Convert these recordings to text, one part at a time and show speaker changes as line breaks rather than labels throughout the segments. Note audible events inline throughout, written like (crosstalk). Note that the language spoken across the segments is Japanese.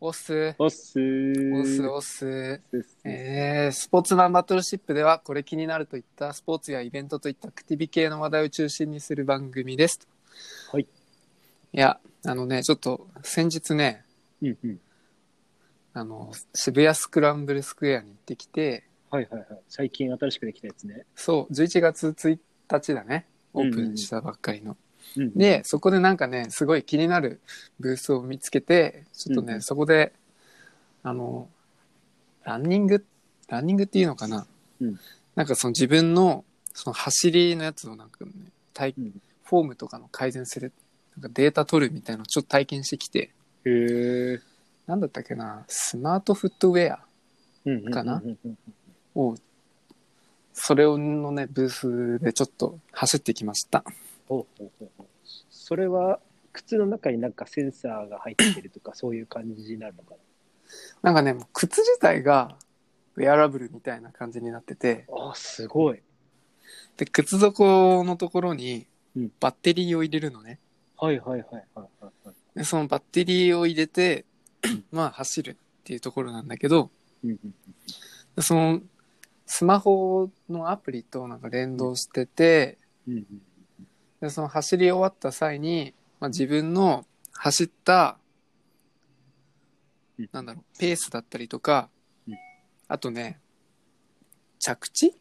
おっす。
おっすー。
おっす、
おっ
おっす。
すー。
えー、スポーツマンバトルシップでは、これ気になるといったスポーツやイベントといったアクティビ系の話題を中心にする番組です。
はい
いや、あのね、ちょっと先日ね、
うんうん。
あの、渋谷スクランブルスクエアに行ってきて、
はいはいはい。最近新しくできたやつね。
そう、11月1日だね、オープンしたばっかりの。
うんうん。
で、そこでなんかね、すごい気になるブースを見つけて、ちょっとね、
うんうん
そこで、あの、ランニング、ランニングっていうのかな、
うん
なんかその自分の、その走りのやつをなんかね、体
うん
フォームとかの改善する、なんかデータ取るみたいなのをちょっと体験してきて、
へー。
なんだったっけな、スマートフットウェア
うんうんうんうん
かなを、それをのね、ブースでちょっと走ってきました。
ほうほうほうほう。それは、靴の中になんかセンサーが入ってるとか、そういう感じになるのか
なんかね、もう靴自体が、ウェアラブルみたいな感じになってて、
な。あー、すごい。
で、靴底のところに
うん
バッテリーを入れるのね。
はいはいはいはいはいはい。
で、そのバッテリーを入れ
(clears throat)
て、まあ走るっていうところなんだけど、
うんうん
でそのスマホのアプリとなんか連動してて、
うんうん
で、その走り終わった際に、まあ自分の走った、
うん。
なんだろう、ペースだったりとか
うん、
あとね、着地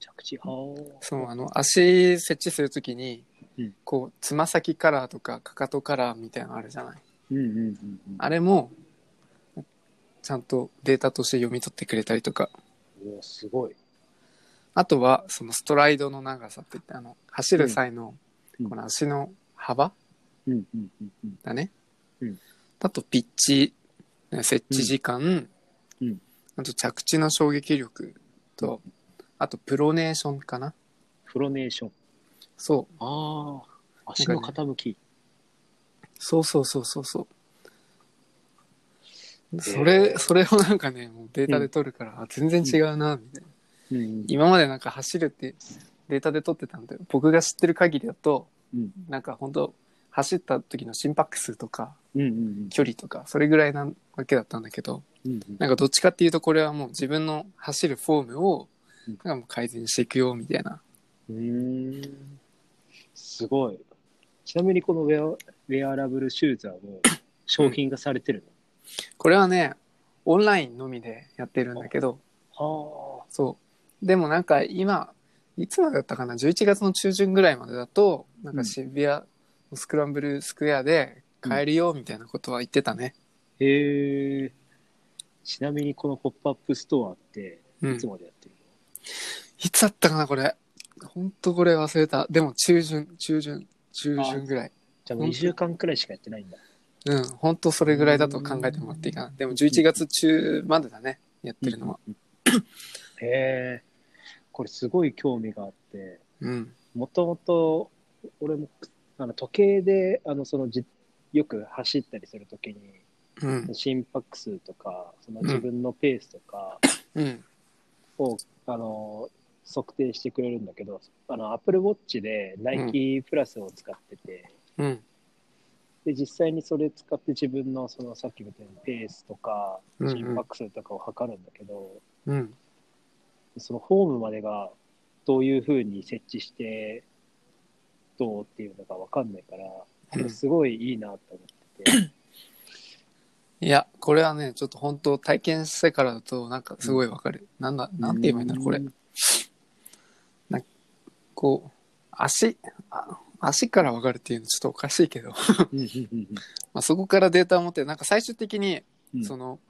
着地。あー
そのあの足設置するときに
うん、
こう、つま先カラーとかかかとカラーみたいなのあるじゃない
うんうんうんうん。
あれも、ちゃんとデータとして読み取ってくれたりとか、
おー、すごい。
あとは、そのストライドの長さって言って、あの、走る際の
う、ん
この足の幅
うんうんうんうん。
だね。
うん
あと、ピッチ、設置時間、
うんうん
あと、着地の衝撃力と、あと、プロネーションかな。
フロネーション。
そう。
ああ、足の傾き。
そうそうそうそうそう。そ
え
れ、
ー
それをなんかね、もうデータで取るから、あ全然違うな、みたいな。
うん
今までなんか走るってデータで取ってたんで僕が知ってる限りだと
うん
なんか本当走った時の心拍数とか
うんうん
距離とかそれぐらいなわけだったんだけど
うん
なんかどっちかっていうとこれはもう自分の走るフォームを
うん
なんかもう改善していくよみたいな
うん。うーん。すごい。ちなみにこのウェアウェアラブルシューズはもう商品化されてる
これはねオンラインのみでやってるんだけど
の、はあ。
そうでもなんか今いつまでだったかな11月の中旬ぐらいまでだとなんか渋谷のスクランブルスクエアで買えるよみたいなことは言ってたね、
へえ。ちなみにこのポップアップストアって
うん
いつまでやってる
いつだったかな、これ。ほんとこれ忘れた。でも、中旬、中旬、中旬ぐらい。
の、じゃあもう2週間くらいしかやってないんだ。
うん、ほんとそれぐらいだと考えてもらっていいかな。でも、11月中までだね、やってるのは。
へえ。これすごい興味があって、
うん、
もともと俺もあの時計であのそのじよく走ったりするときに、
うん、
心拍数とか、その自分のペースとか
うん、
を、あの測定してくれるんだけど、あの Apple Watch で Nike プラスを使ってて、
うん、
で実際にそれ使って自分のそのさっきみたいなペースとか
うんうん
心拍数とかを測るんだけど、
うん、
そのホームまでがどういうふうに設置してどうっていうのがわかんないから、これすごいいいなと思ってて。
いや、これはね、ちょっと本当体験してからだと、なんかすごいわかる。なんだ、なんて言えばいいんだろう、これ
う。ん
こう、足、あ足からわかるっていうのちょっとおかしいけど、 (laughs) ま
うん
あそこからデータを持って、なんか最終的に、
うん
その、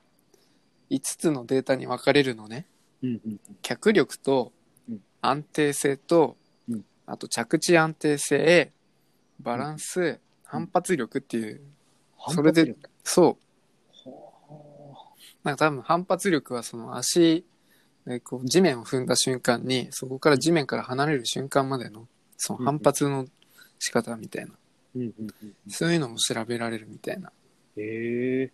5つのデータに分かれるのね。
うんうん
脚力と
うん
安定性と、
うん
あと着地安定性バランス、反発力っていうそれで
反発力
そう
ほー
なんか多分反発力はその足でこう地面を踏んだ瞬間にそこから地面から離れる瞬間までのその反発の仕方みたいな、
うんうんうんうん
そういうのも調べられるみたいな
へえ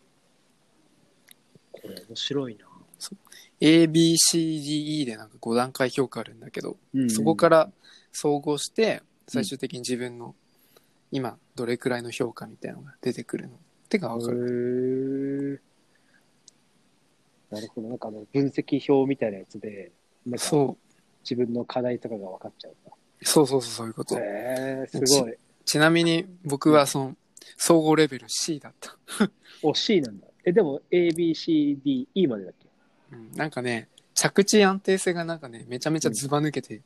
これ面白いな。
ABCDE でなんか5段階評価あるんだけどそこか、ら総合して、最終的に自分の今どれくらいの評価みたいなのが出てくるの。てか
へ
分かる。
えなるほど。なんかあの、分析表みたいなやつで、なんか
そ
自分の課題とかが分かっちゃうんだ。
う。そうそうそう、そういうこと。
へえー、すごい。
ちなみに僕はその、総合レベル C だった。
惜しいなんだ。え、でも A、B、C、D、E までだっけ
うんなんかね、着地安定性がなんかね、めちゃめちゃずば抜けて、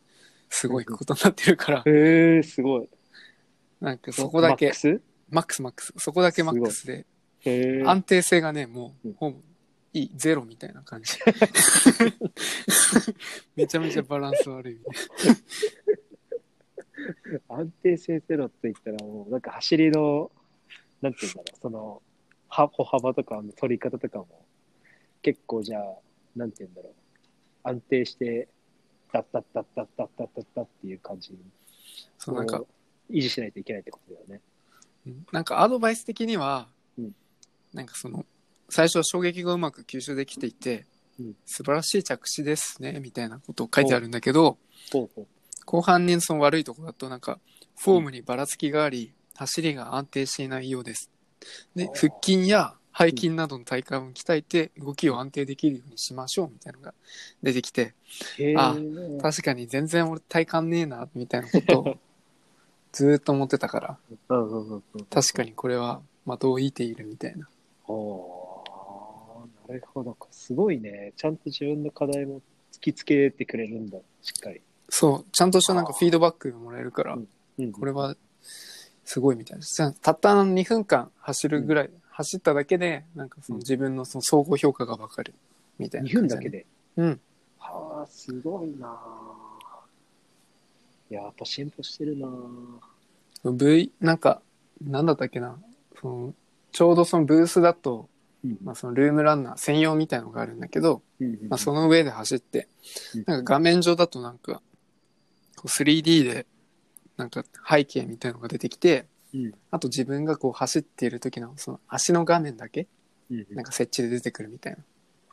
すごいことになってるから、
へえー、すごい。
なんかそこだ
マッ
け
ク、ス
マックスマックス、そこだけマックスで、
へえー。
安定性がね、も
う、
うんほぼ、いい、ゼロみたいな感
(laughs)
じ。めちゃめちゃバランス悪いみたい
安定性ゼロって言ったらもうなんか走りのなんて言うんだろうそのは歩幅とかの取り方とかも結構じゃあなんて言うんだろう安定してダッダッダッダッダッダッダッダッっていう感じ
な。そうなんか
を、維持しないといけないってことだよね。
うんなんかアドバイス的には、
うん
なんかその、最初は衝撃がうまく吸収できていて、
うん
素晴らしい着地ですね、みたいなことを書いてあるんだけど、
ほうほう
後半にその悪いところだとなんかフォームにばらつきがあり、走りが安定していないようです。で
あー
腹筋や背筋などの体幹を鍛えて動きを安定できるようにしましょうみたいなのが出てきて
へ
あ
ー
確かに全然俺体幹ねえなみたいなこと
(laughs)
をずーっと思ってたから
うんうんうんうん
確かにこれはまどういているみたいな
ほうなるほどすごいねちゃんと自分の課題も突きつけてくれるんだしっかり。
そうちゃんとしたなんかフィードバックもらえるから
うん
これはすごいみたいです。じゃあたったの2分間走るぐらい、走っただけで、なんかその
うん
自分のその総合評価がわかるみたいな
2
感
分
じ
だ
ね、
けで。
うん。
はあ、すごいなあいや、やっぱ進歩してるなあ
その V、なんか、なんだったっけな、その、ちょうどそのブースだと、
うん
まあそのルームランナー専用みたいのがあるんだけど、まあその上で走って、なんか画面上だとなんか、こう 3D で、なんか背景みたいのが出てきて、
うん
あと自分がこう走っている時のその足の画面だけ、
うん
なんか設置で出てくるみたいな。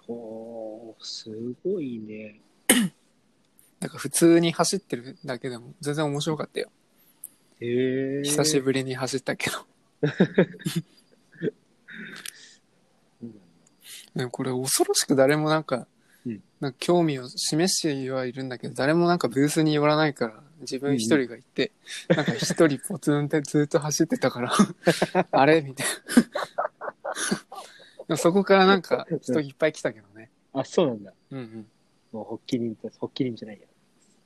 ほうすごいね。
なんか普通に走ってるだけでも全然面白かったよ。
へえ。
久し
ぶ
ぶりに走ったけど。
り。
でもこれ恐ろしく誰もなんか、
うん
なんか興味を示してはいるんだけど、誰もなんかブースに寄らないから、自分一人が行って、なんか一人ポツンってずっと走ってたから、 (laughs) あれみたいな。でもそこからなんか人いっぱい来たけどね。
あ、そうなんだ。
うんうん。
もう、発起人って、発起人じゃないや。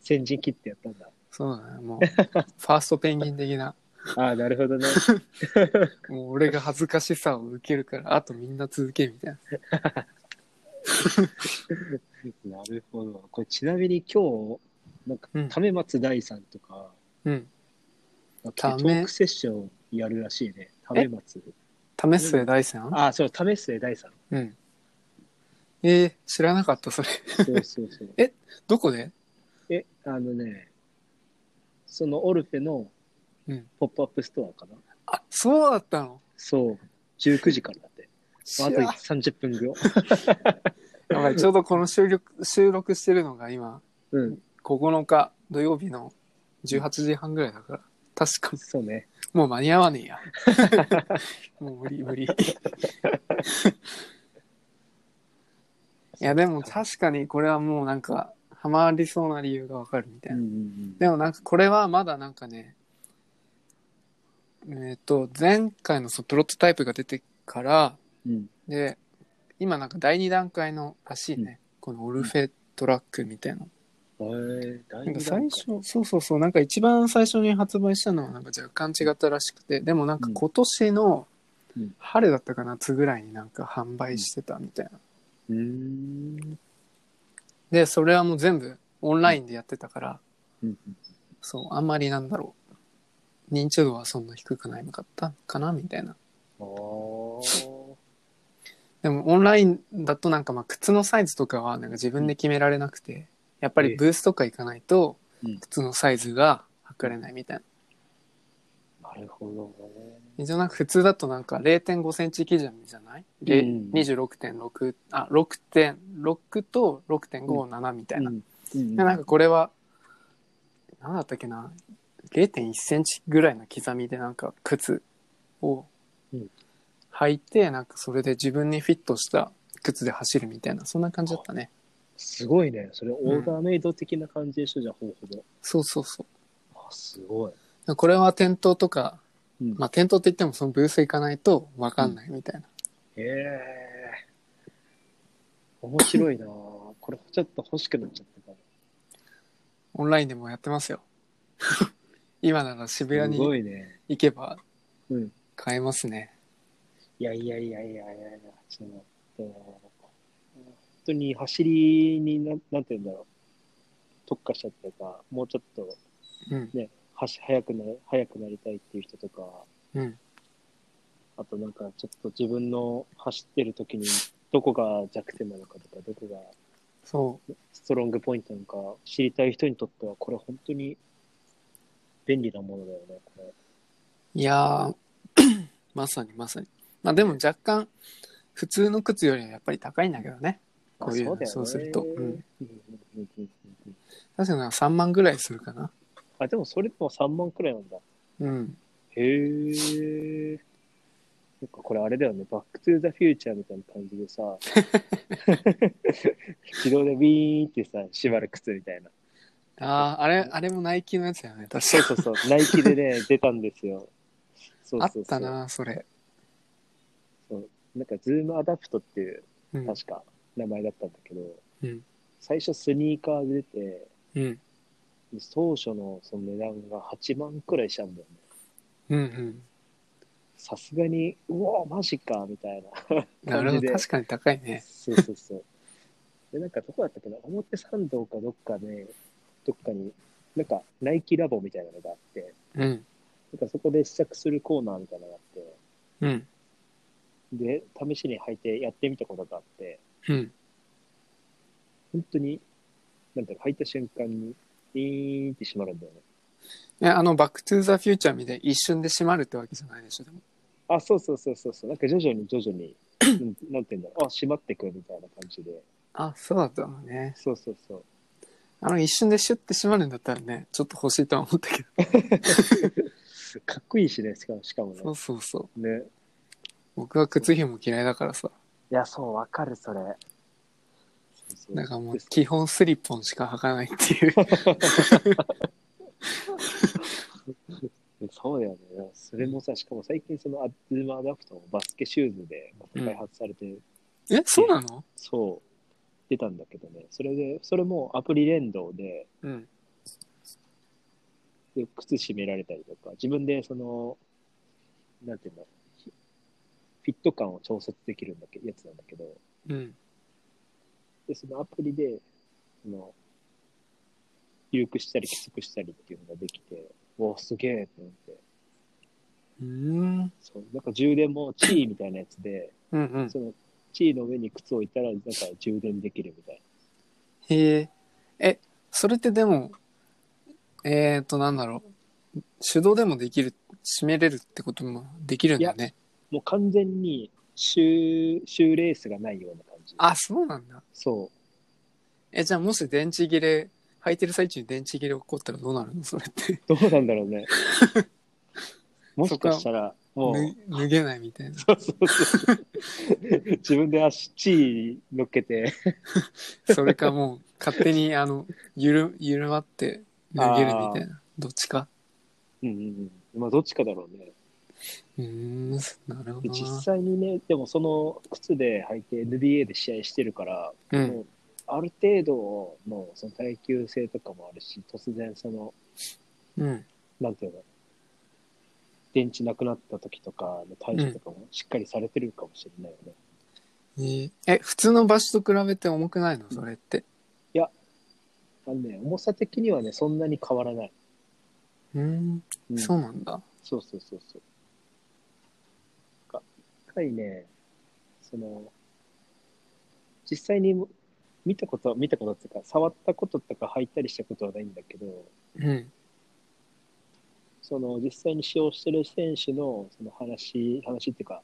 先陣切ってやったんだ。
そうだね。もう、ファーストペンギン的な。
ああ、なる
(laughs)
ほどね。
もう俺が恥ずかしさを受けるから、あとみんな続けみたいな。
なるほど。これ、ちなみに今日、なんか
うん、
為松大さんとか、
うん。
なんかトークセッションやるらしいね。為松。
為末大さん
ああ、そう、為末大さん。
うん。えー、知らなかった、それ。 (laughs)
そうそうそう。
どこで
え、あのね、そのオルフェの
うん
ポップアップストアかな、
あ、そうだったの
そう、19時からだって。あと
いや
30分後。
やばい、ちょうどこの収録、収録してるのが今、
うん、
9日土曜日の18時半ぐらいだから、確かに、
そうね。
もう間に合わねえや。 (laughs) もう無理無理。いや、でも確かにこれはもうなんか、ハマりそうな理由がわかるみたいな
うん。うん
でもなんかこれはまだなんかね、えっ、と、前回のそのプロトタイプが出てから、
うん。うん
で、今なんか第2段階のらしいね、このオルフェトラックみたいな。
えー、大
なんか最初、そうそうそう、なんか一番最初に発売したのはなんか若干違ったらしくて、でもなんか今年の
うん
春だったか夏ぐらいになんか販売してたみたいな。
うーん。
で、それはもう全部オンラインでやってたから、
うん
そう、あんまりなんだろう。認知度はそんな低くないのかったかなみたいな。
あー
でもオンラインだとなんかまあ靴のサイズとかはなんか自分で決められなくて、やっぱりブースとか行かないと
うん
靴のサイズが測れないみたい
なるほどね。
な。一応なんか普通だとなんか0.5センチ基準じゃない、で
うん
?26.6、あ、6.6と6.57みたいな。
うんうん
でなんかこれは、なんだったっけな、0.1センチぐらいの刻みでなんか靴を
うん
履いて、なんかそれで自分にフィットした靴で走るみたいな、そんな感じだったね。
すごいね。それオーダーメイド的な感じでしょ、じゃあ、ほぼ。
そうそうそ
あ、すごい。
う。これは店頭とか、
うん
まあ店頭って言ってもそのブース行かないとわかんないみたいな。
へえ。面白いなこれちょっと欲しくなっちゃったか
オンラインでもやってます
(laughs)
よ。今なら渋
ら。
谷
すご
に
いね。
行けば
うん。
買えますね。
いやいやいやいやいやいや、ちょっと待って、本当に走りにな、なんて言うんだろう。特化したっていうか、もうちょっと
うん。
ね、走、速くなり、速くなりたいっていう人とか、
うん。
あとなんかちょっと自分の走ってる時に、どこが弱点なのかとか、どこが
そ
ストロングポイントなのか知りたい人にとっては、これ本当に便利なものだよね、これ。
う。いやー、 (clears throat) まさにまさに。まあでも若干、普通の靴よりはやっぱり高いんだけどね。こういうの
あ
そうすると
うん
うん
うんうんうんうん
確かに3万ぐらいするかな。
あ、でもそれでも3万くらいなんだ。
うん。
へえ。なんかこれあれだよね、バックトゥーザフューチャーみたいな感じでさ、
(laughs)
自動でビーンってさ、縛る靴みたいな。
ああ、あれ、あれもナイキのやつだよね。確か
そうそうそう、ナイキでね、出たんですよ。そう
あっ
そうそう
たな、それ。
そう。なんか、ズームアダプトっていう、
うん。
確か、名前だったんだけど、
うん
最初スニーカーで出て、
うん。
当初のその値段が8万くらいしたんだよね。
うんうん。
さすがに、うわマジかみたいな。
なるほ
感じ
ど。
で
確かに高いね。
そうそうそう。で、なんかどこだったっけな、表参道かどっかで、どっかに、なんかナイキラボみたいなのがあって、
うん。
なんかそこで試着するコーナーみたいなのがあって、
うん。
で、試しに履いてやってみたことがあって、
うん。
本当に、なんだろう、履いた瞬間に、ビーンって閉まるんだよね。
え、あの、バックトゥーザフューチャーみたいに一瞬で閉まるってわけじゃないでしょ、でも。
あ、そうそうそうそうそう、なんか徐々に徐々に、うんなんて言うんだろう、あ、閉まってくみたいな感じで、
あ、そうだったのね。
そうそうそう。
あの、一瞬でシュッて閉まるんだったらね、ちょっと欲しいとは思ったけど。
かっこいいしね、しかも、しかもね
そ。うそうそう。
ね。
僕は靴ひも嫌いだからさ。
いや、そう、わかる、それ。
だからもう、基本スリッポンしか履かないって
(laughs)
いう。
そうだよね。それもさ、しかも最近そのアズームアダプトもバスケシューズで
うん
開発されて、
え、そうなの
そう、出たんだけどね。それで、それもアプリ連動で、
うん。
で靴締められたりとか、自分でその、なんていうんだろう、フィット感を調節できるんだけやつなんだけど、
うん。
で、そのアプリで、その、有くしたり、きつくしたりっていうのができて、おすげえって思って。
うーん。
そう、なんか充電もチーみたいなやつで、
うんうん。
そのチーの上に靴を置いたら、なんか充電できるみたい
へえ。え、それってでも、えーと、なんだろう。手動でもできる、締めれるってこともできるんだね。
な。もう完全にシュー、シューレースがないような感じ。
あ、そうなんだ。
そ
え、じゃあもし電池切れ、履いてる最中に電池切れ起こったらどうなるのそれって。
う。どうなんだろう (laughs) ね。もしかしたら、もう、
脱脱げないみたいな。
(laughs) そうそうそう。自分で足、チーに乗っけて、
それかもう、勝手に、あの、ゆる、緩まって脱げるみたいな。どっちか。
うんうんうん。まあ、どっちかだろうね。
うーん、なるほ
で
ど
実
な。
際にね、でもその靴で履いて NBA で試合してるから、
う
も
ん、
うある程度のその耐久性とかもあるし、突然その、
うん、
なんていうの、電池なくなった時とかの対処とかもしっかりされてるかもしれないよね。
えーえ、普通の場所と比べて重くないのそれって。
あのね、重さ的にはね、そんなに変わらない。
うーん、
うん
そうなんだ。
そうそうそうそう。なんか一回ね、その、実際にも見たことは、見たことっていうか、触ったこととか履いたりしたことはないんだけど、
うん、
その実際に使用してる選手のその話、話っていうか、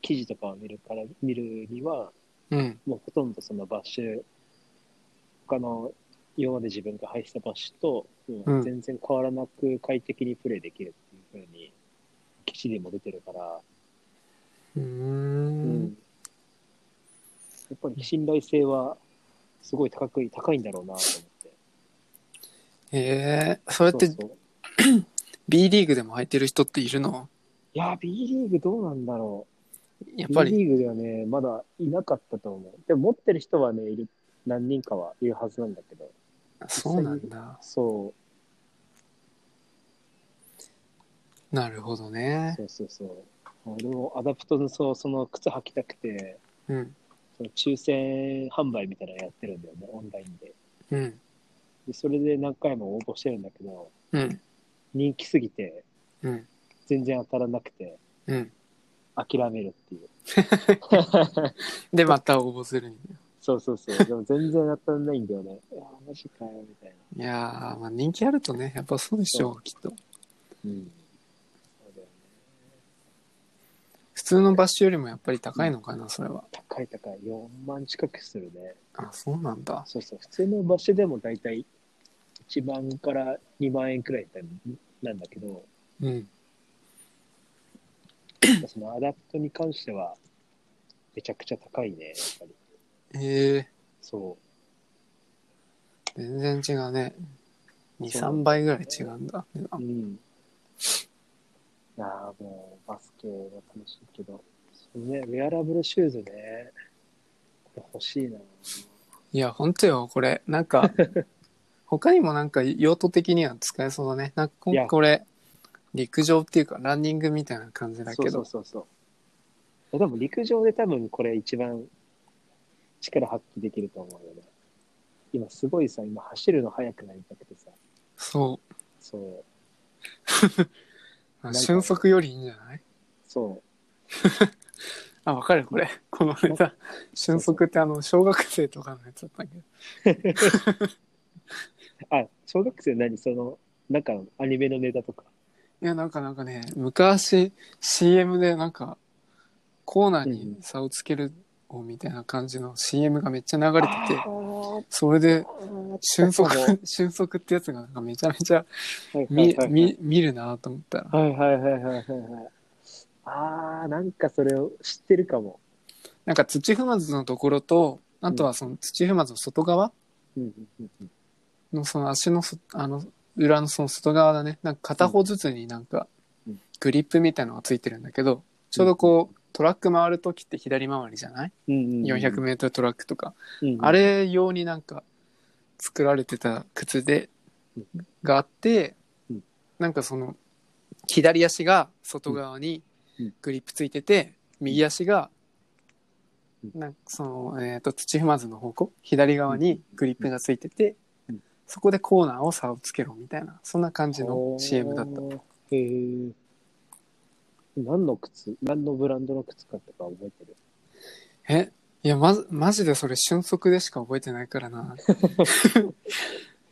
記事とかを見るから、見るには、
うん。
もうほとんどそのバッシュ、他の、今まで自分が履いてたバッシュと、
う
も
ん
う全然変わらなく快適にプレイできるっていうふうに、記事でも出てるから、
うーん。
やっぱり信頼性はすごい高い高いんだろうなと思って。
ええそれっ
そう
て
そう
B リーグでも履いてる人っているの
いや、B リーグどうなんだろう。
やっぱ
B
り、
リーグではね、まだいなかったと思う。でも持ってる人はね、いる、何人かはいるはずなんだけど。
そうなんだ。
そう、
なるほどね。
そうそうそう。俺もアダプトのそうその靴履きたくて、
うん。
その抽選販売みたいなのやってるんだよね、オンラインで。
うん。
でそれで何回も応募してるんだけど、
うん。
人気すぎて、
うん。
全然当たらなくて、
うん。
諦めるっていう。
で、また応募するみたいな。
そうそうそう。でも全然当たらないんだよね。いやー、マジかよ、みたい
い
な。
やー、まあ人気あるとね、やっぱそうでしょう、きっと。
うん。そうだよね。
普通のバッシュよりもやっぱり高いのかな、それは。
高い高い。4万近くするね。
あ、そうなんだ。
そうそう。普通の場所でも大体1万から2万円くらいだなんだけど、
うん。
そのアダプトに関しては、めちゃくちゃ高いね、やっぱり。
ええ
そ
全然違うね。2、
そう
3倍ぐらい違うんだ。値
う。う
段
ん。いやーもう、バスケは楽しいけど。そうね、ウェアラブルシューズね。これ欲しいな。
いや、ほんとよ、これ。なんか、 (laughs) 他にもなんか用途的には使えそうだね。なんかこ
いや
これ、陸上っていうか、ランニングみたいな感じだ
そ
け
うそ
ど
う。そうそう。いやでも陸上で多分これ一番力発揮できると思うよね。今すごいさ、今走るの速くなりたくてさ。
そ
そう。
う。
んか
瞬足よりいいんじゃない
そ
あ、わかるこれ。 (laughs) このネタ。瞬足ってあの、小学生とかのやつだったけど。
う。あ、小学生何その、なんかアニメのネタとか。
いや、なんかなんかね、昔 CM でなんか、コーナーに差をつけるをみたいな感じの CM がめっちゃ流れてて
あ、ー
それで、
あ
瞬足
はい、
(laughs) 瞬足ってやつがなんかめちゃめちゃ (laughs)
はい
見
はいはい
見見るなと思ったら。
はいはいはいはいはいはい。あー、なんかそれを知ってるかも。
なんか土踏まずのところと、あとはその土踏まずの外側
うんうんうんうん
のその足のそ、あの、裏のその外側だね。なんか片方ずつになんか
うん、
グリップみたいなのがついてるんだけど、ちょうどこう、トラック回るときって左回りじゃない
うんうんうん
?400 メートルトラックとか。
うんうん
あれ用になんか作られてた靴で
うん、
があって
うん、
なんかその、左足が外側に
うん
グリップついてて、右足が
うん、
なんかその、えっ、と、土踏まずの方向、左側にグリップがついてて
うん、
そこでコーナーを差をつけろみたいな、そんな感じの
おー
CM だった。。
へえ。何の靴何のブランドの靴かとか覚えてる。
えいや、まず、マジでそれ瞬足でしか覚えてないからな。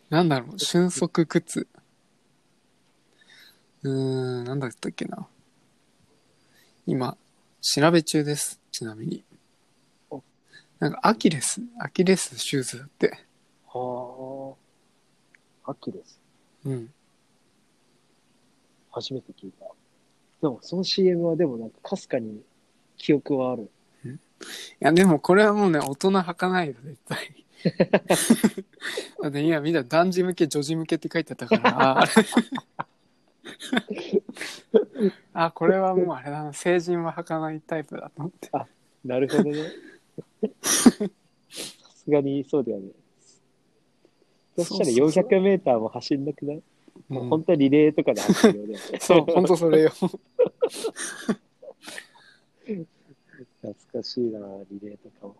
なんだろう、瞬足靴。うーん、なんだったっけな。今、調べ中です、ちなみに
お。
なんか、アキレス、アキレスシューズだって。
はあ。秋です。
うん。
初めて聞いた。でも、その CM はでもなんかかすかに記憶はある。
いや、でもこれはもうね、大人履かないよ、絶 (laughs) 対。だって今見たら男児向け、女児向けって書いてあったから、あ (laughs) ーあ、これはもうあれだな、成人は履かないタイプだと思って。
なる
(laughs)
ほどね。さすがにそうだよね。そした
そ
ら
うそうそう
400メーターも走んなくないも
う
うん本当はリレーとかで走るよね。
(laughs) そう、ほんとそれよ。
懐かしいな、リレーとかも。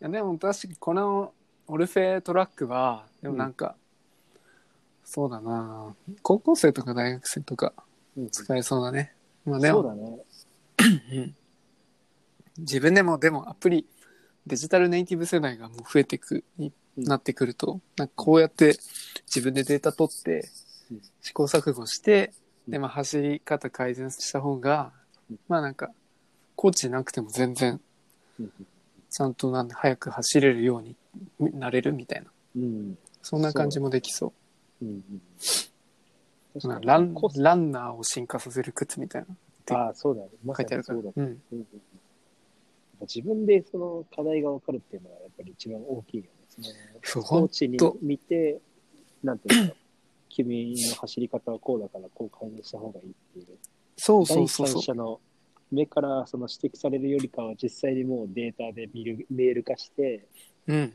いやでも確かにこのオルフェトラックはでもなんか、そうだな高校生とか大学生とか
うん
使えそうだねまあで
そう
も
だね。
うん自分でもでもアプリデジタルネイティブ世代がもう増えてくに
うん
なってくると、なんかこうやって自分でデータ取って
うん
試行錯誤して、
うん
でまあ走り方改善した方が、
うん
まあなんかコーチなくても全然
うん
ちゃんとなんで早く走れるようになれるみたいな。
うん。
そんな感じもできそう。
うんうん確かに
ラン
コス
ランナーを進化させる靴みたいな
ああ、そうだね。ま
書
さ
いてあ
に
るから。
そうだね。
うん。
うんうんぱ自分でその課題が分かるっていうのはやっぱり一番大きいよね。その
そう
コーチに
ほんと
見て、なんていうの、君の走り方はこうだからこう改善した方がいいっていう。
そうそ
第
うそうそ
三
う。
者の目からその指摘されるよりかは実際にもうデータで見るメール化して、
うん。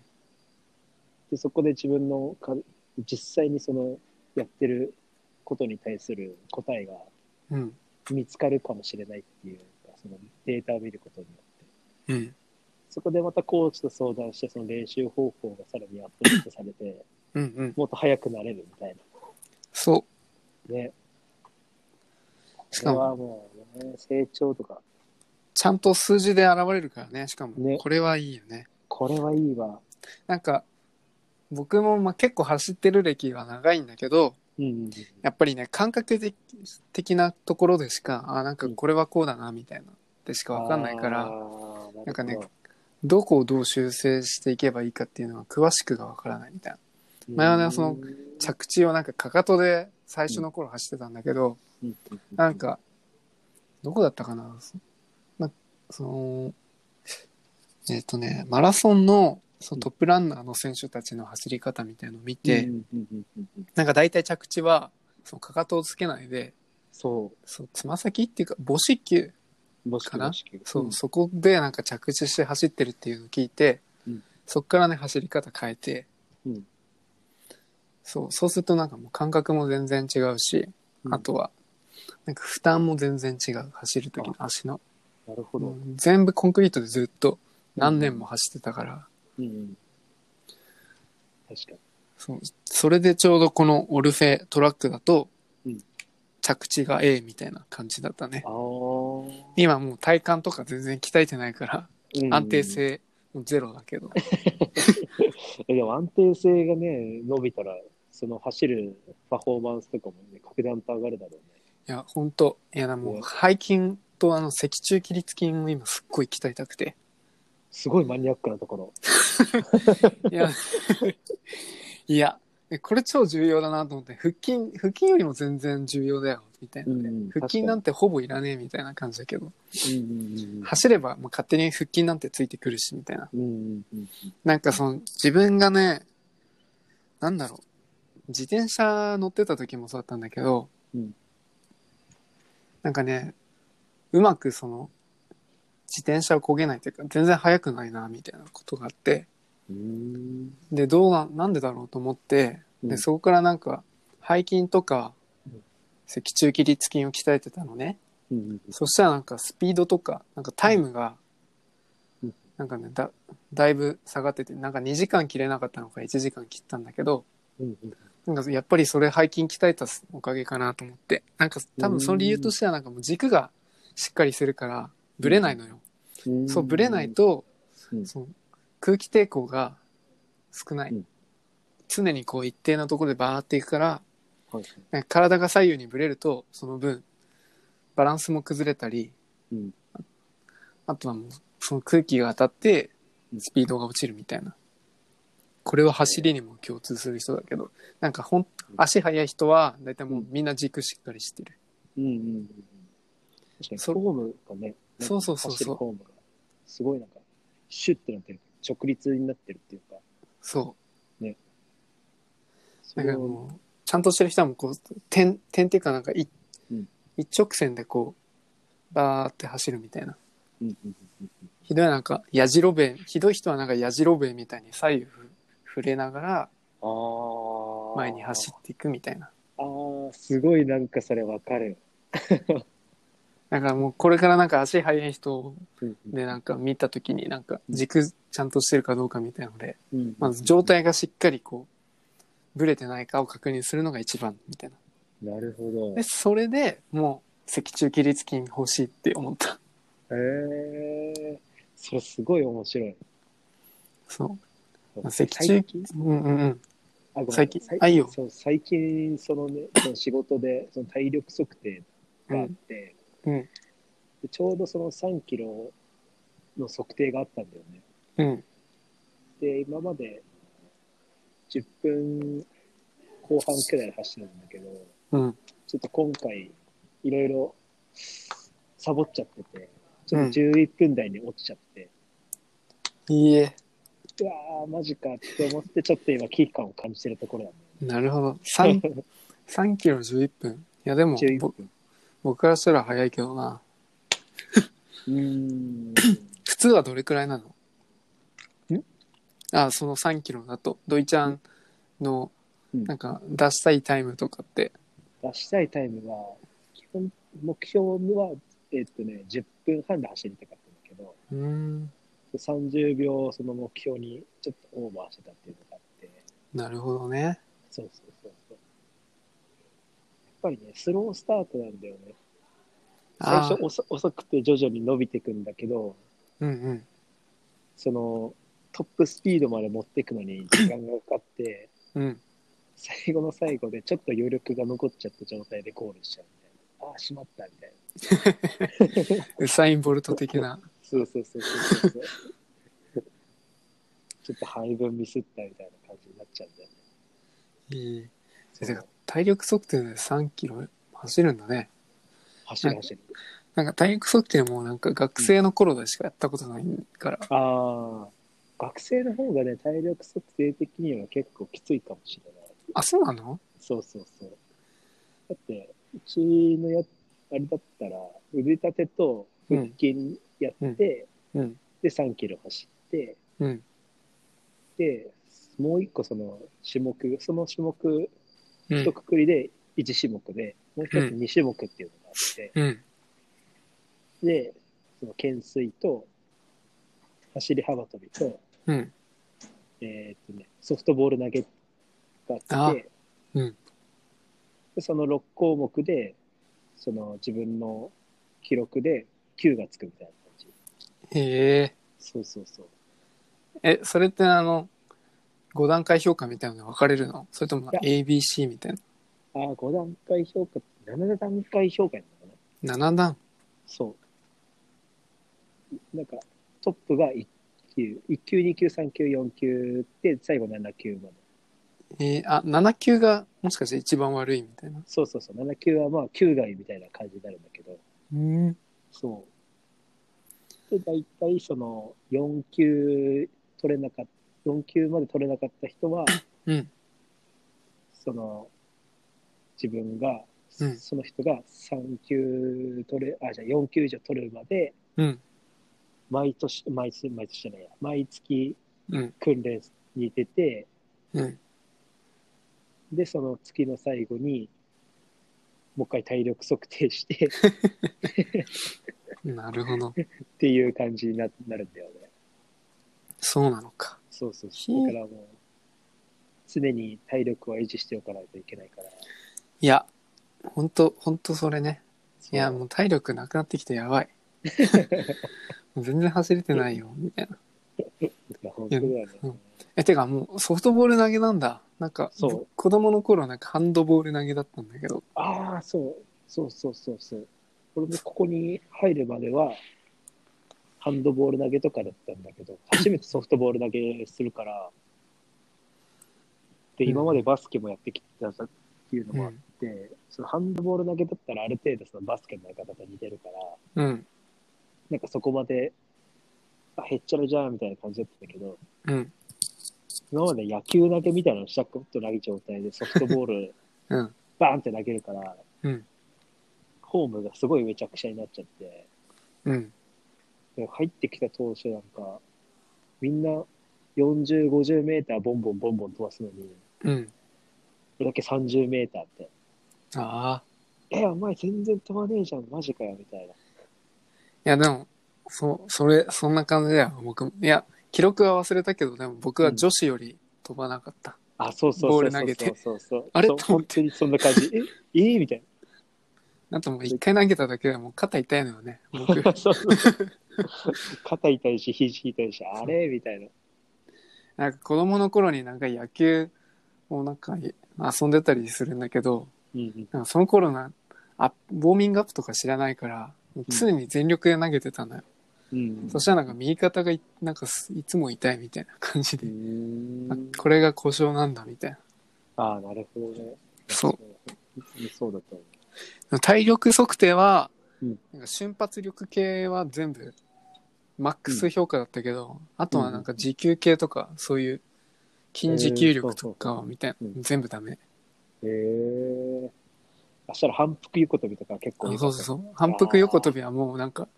でそこで自分のか実際にそのやってることに対する答えが
うん。
見つかるかもしれないっていうかそのデータを見ることによって
うん。
そこでまたコーチと相談してその練習方法がさらにアップデートされて (laughs)
うん。うん。
もっと速くなれるみたい
そ
なね
う。し
それ
かも、
はもう、ね、成長とか
ちゃんと数字で現れるからね。しかも、
ね
これはいいよね。
これはいいわ
なんか、僕もまあ結構走ってる歴は長いんだけど、
うん
やっぱりね、感覚的的なところでしか、あなんかこれはこうだな、みたいな、でしかわかんないから、
ら
なんかねどこをどう修正していけばいいかっていうのは詳しくがわからないみたいな。前はねその着地をなんかかかとで最初の頃走ってたんだけど、なんか、どこだったかなそなその、えっ、とね、マラソンのそのトップランナーの選手たちの走り方みたいのを見て、
うんうんうんうんうん
なんか大体着地は、そのかかとをつけないで、
そ
そうつま先っていうか、母子球、
う、母子
かな
母子球
そううんそこでなんか着地して走ってるっていうのを聞いて、
うん
そっからね、走り方変えて、
うん
そう、そうするとなんかもう感覚も全然違うし、
うん
あとは、なんか負担も全然違う、走る時の足の。
なるほ
う
ど。
ん全部コンクリートでずっと何年も走ってたから、
うんうん。確か
そうそれでちょうどこのオルフェトラックだと、
うん
着地が A みたいな感じだったね。
に。
今もう体幹とか全然鍛えてないから、
ああ。
安定。性もゼロだけど。
えでも安定性がね、伸びたら、その走るパフォーマンスとかもね、格段と上がるだろうね。
いや、ほんと、いや、も
う
うん背筋とあの脊柱起立筋を今すっごい鍛えたくて。
すごいマニアックなところ。
いや、 (laughs) いや、これ超重要だなと思って、腹筋、腹筋よりも全然重要だよ、みたいなね、
うん
腹筋なんてほぼいらねえみたいな感じだけど、
うんうん
走ればもう勝手に腹筋なんてついてくるし、みたいな。
うん。うんうん
なんかその、自分がね、なんだろう、自転車乗ってた時もそうだったんだけど、
うん
なんかね、うまくその、自転車をこげないというか、全然速くないな、みたいなことがあって、
うん。
で、どうな、なんでだろうと思って、
う
で、
ん
そこからなんか、背筋とか
うん、
脊柱起立筋を鍛えてたのね。
うんうん
そしたらなんか、スピードとか、なんかタイムが
うん、
なんかね、だ、だいぶ下がってて、なんか2時間切れなかったのか1時間切ったんだけど、
うんうん。
なんかやっぱりそれ背筋鍛えたおかげかなと思って、なんか多分その理由としてはなんかもう軸がしっかりするから、ブレないのよ。
うん
そう、ブレない。と、
うん
その空気抵抗が少ない。
うん
常にこう一定なところでバーっていくから、
はい
なんか体が左右にブレると、その分、バランスも崩れたり、
うん
あとはもう、その空気が当たって
う、ん
スピードが落ちるみたいな。これは走りにも共通する人だけど、なんかほん、足速い人は、だいたいもうみんな軸しっかりしてる。
うんうんうんうん。確かに、
そ
フォームがね、
そうそうそうそう
走るフォームが、すごいなんか、シュッてなってる、直立になってるっていうか、
そ。
そうれ
だから
を
もう、ちゃんとしてる人はもうこう、点、点っていうかなんか一、
うん
一直線でこう、バーって走るみたいな。
うんうんうんうん
ひどいなんか、やじろべえ、ひどい人はなんかやじろべえみたいに左右ふ触れながら
ああ。
前に走っていくみたいな。
ああ、すごいなんかそれわかる。
だからもうこれからなんか足速い人でなんんか見た時になんか軸ちゃんとしてるかどうかみたいなので、
うん
まず状態がしっかりこう、ブレてないかを確認するのが一番みたいな。
なるほど。
で、それでもう脊柱起立筋欲しいって思った。
へえ。それすごい面白い。
そう。まあ脊
最
柱
近
うんうんうん。
あごめん
最近
最
あいいよ
そう最近そのね、その仕事でその体力測定があって、
うんうん
でちょうどその3キロの測定があったんだよね。
うん。
で、今まで10分後半くらい走ってたんだけど、
うん。
ちょっと今回、いろいろサボっちゃってて、ちょっと
う
11分台に落ちちゃって、
いいえ。
うわーマジかって思ってちょっと今危機感を感じてるところなんだ
なるほど。3、3キロ11分。いや、でも、
11
ぼ
分
僕からしたら早いけどな。
うーん
普通はどれくらいなのあ、その3キロだと、ドイちゃんの、
うん
なんか、出したいタイムとかって、
出したいタイムは基本目標はえっとね10分半で走りたかったんだけど
うーん、
30秒その目標にちょっとオーバーしてたっていうのがあって
なるほどね。
そうそうそうそうやっぱりねスロースタートなんだよね最
あ
初遅遅くて徐々に伸びていくんだけど
ーうんうん。
そのトップスピードまで持っていくのに時間がかかって
うん。
最後の最後でちょっと余力が残っちゃった状態でゴールしちゃうみたいなああしまったみたいな
ウサイン・ボルト的な。
そうそうそうそうそう (laughs) ちょっと配分ミスったみたいな感じになっちゃうんだよね
いい
そ
て
う
か体力測定で3キロ走るんだね。
走る走る
なんか体力測定もなんか学生の頃でしかやったことないから。
ああ学生の方がね体力測定的には結構きついかもしれない
あ、そうなの
そうそうそう。だって、うちのや、あれだったら、腕立てと腹筋やって、
うんうん
で、
うん。
3キロ走って、
うん。
で、もう一個その種目、その種目、
う
一
ん。
括りで1種目で、もう一つ
うん
2種目っていうのがあって、
うん。
で、その懸垂と、走り幅跳びと、
うん。
えーっとね、ソフトボール投げがあって、
あうん
でその6項目で、その自分の記録で9がつくみたいな感じ。
へえ。
そうそうそう。
え、それってあの、5段階評価みたいなの分かれるのそれとも
い
ABC みたい
ああ、5段階評価、7段階評価になるのか
な。
な
7段。
そう。なんか、トップが1級、1級、2級、3級、4級で、最後7級まで。
えーあ、7級がもしかして一番悪いみたいな。
そうそうそう、7級はまあ、9外みたいな感じになるんだけど、
うん。
そう。で、大体その4級取れなかった、4級まで取れなかった人は、
うん。
その、自分が、
うん
その人が3級取れ、あ、じゃあ4級以上取るまで、
うん。
毎年、毎年、毎年じゃないや、毎月
うん。
訓練に出て、
うん。
で、その月の最後に、もう一回体力測定してっ
なるほど。
ていう感じにななるんだよね。
そうなのか。
そうそう
う
そ
ん
う。だからもう、常に体力は維持しておかないといけないから。
いや、ほんと、ほんとそれね。いや、も
う。
う体力なくなってきてや (laughs) ばい。もう全然走れてないよ、みたいな。
だから本当だよね。
うんえ、てかもうソフトボール投げなんだ。なんか、
そう
子供の頃なんかハンドボール投げだったんだけど。
ああ、そう。そうそうそうそう。俺もここに入るまでは、ハンドボール投げとかだったんだけど、初めてソフトボール投げするから、で、
うん
今までバスケもやってきてたっていうの
う
もあっ
ん。
て、そのハンドボール投げだったらある程度そのバスケのやり方と似てるから、
うん。
なんかそこまで、あ、へっちゃらじゃんみたいな感じだったけど、
うん。
今まで野球投げみたいなのシャクッと投げ状態でソフトボール
(laughs) うん。
バーンって投げるから、
うん。
ホームがすごいめちゃくちゃになっちゃって、
うん。
で入ってきた当初なんか、みんな40、50メーターボンボンボンボン飛ばすのに、
うん。
俺だけ30メーターって、
ああ。
え、お前全然飛ばねえじゃん、マジかよ、みたいな。
いや、でも、そ、それ、そんな感じだよ、僕も。いや、記録は忘れたけど、でも僕は女子より飛ばなかった。
あ、そうそう
ボー
そう
ル
そ
投
う
げ
そ
て
うそうそう。
あれ
そう
と思
本当にそんな感
(laughs)
じ。え、いいみたい
あともう一回投げただけでもう肩痛いのよね、
(laughs)
僕。
な。 (laughs) そうそうそう肩痛いし、肘痛いし、あれみたいな。
なんか子供の頃になんか野球をなんか遊んでたりするんだけど、
うんうん。
なんかその頃な、あ、ウォーミングアップとか知らないから、常に全力で投げてたのよ。
うんうん
そしたらなんか右肩がいなんかすいつも痛いみたいな感じ
う
で、
ー
あ
ん
これが故障なんだみたいな。
ああ、なるほどね。。
そう
そうだと思
体力測定は、
うん
なんか瞬発力系は全部マックス評価だったけど、あとはなんか持久系とか、そういう、筋持久力と
えーそうそう
か
そ、う
みたいな、
うん
全部ダメ。
へえ。あしたら反復横跳びとか結構
あ
良
そう
かった
そうそう。反復横跳びはもうなんか、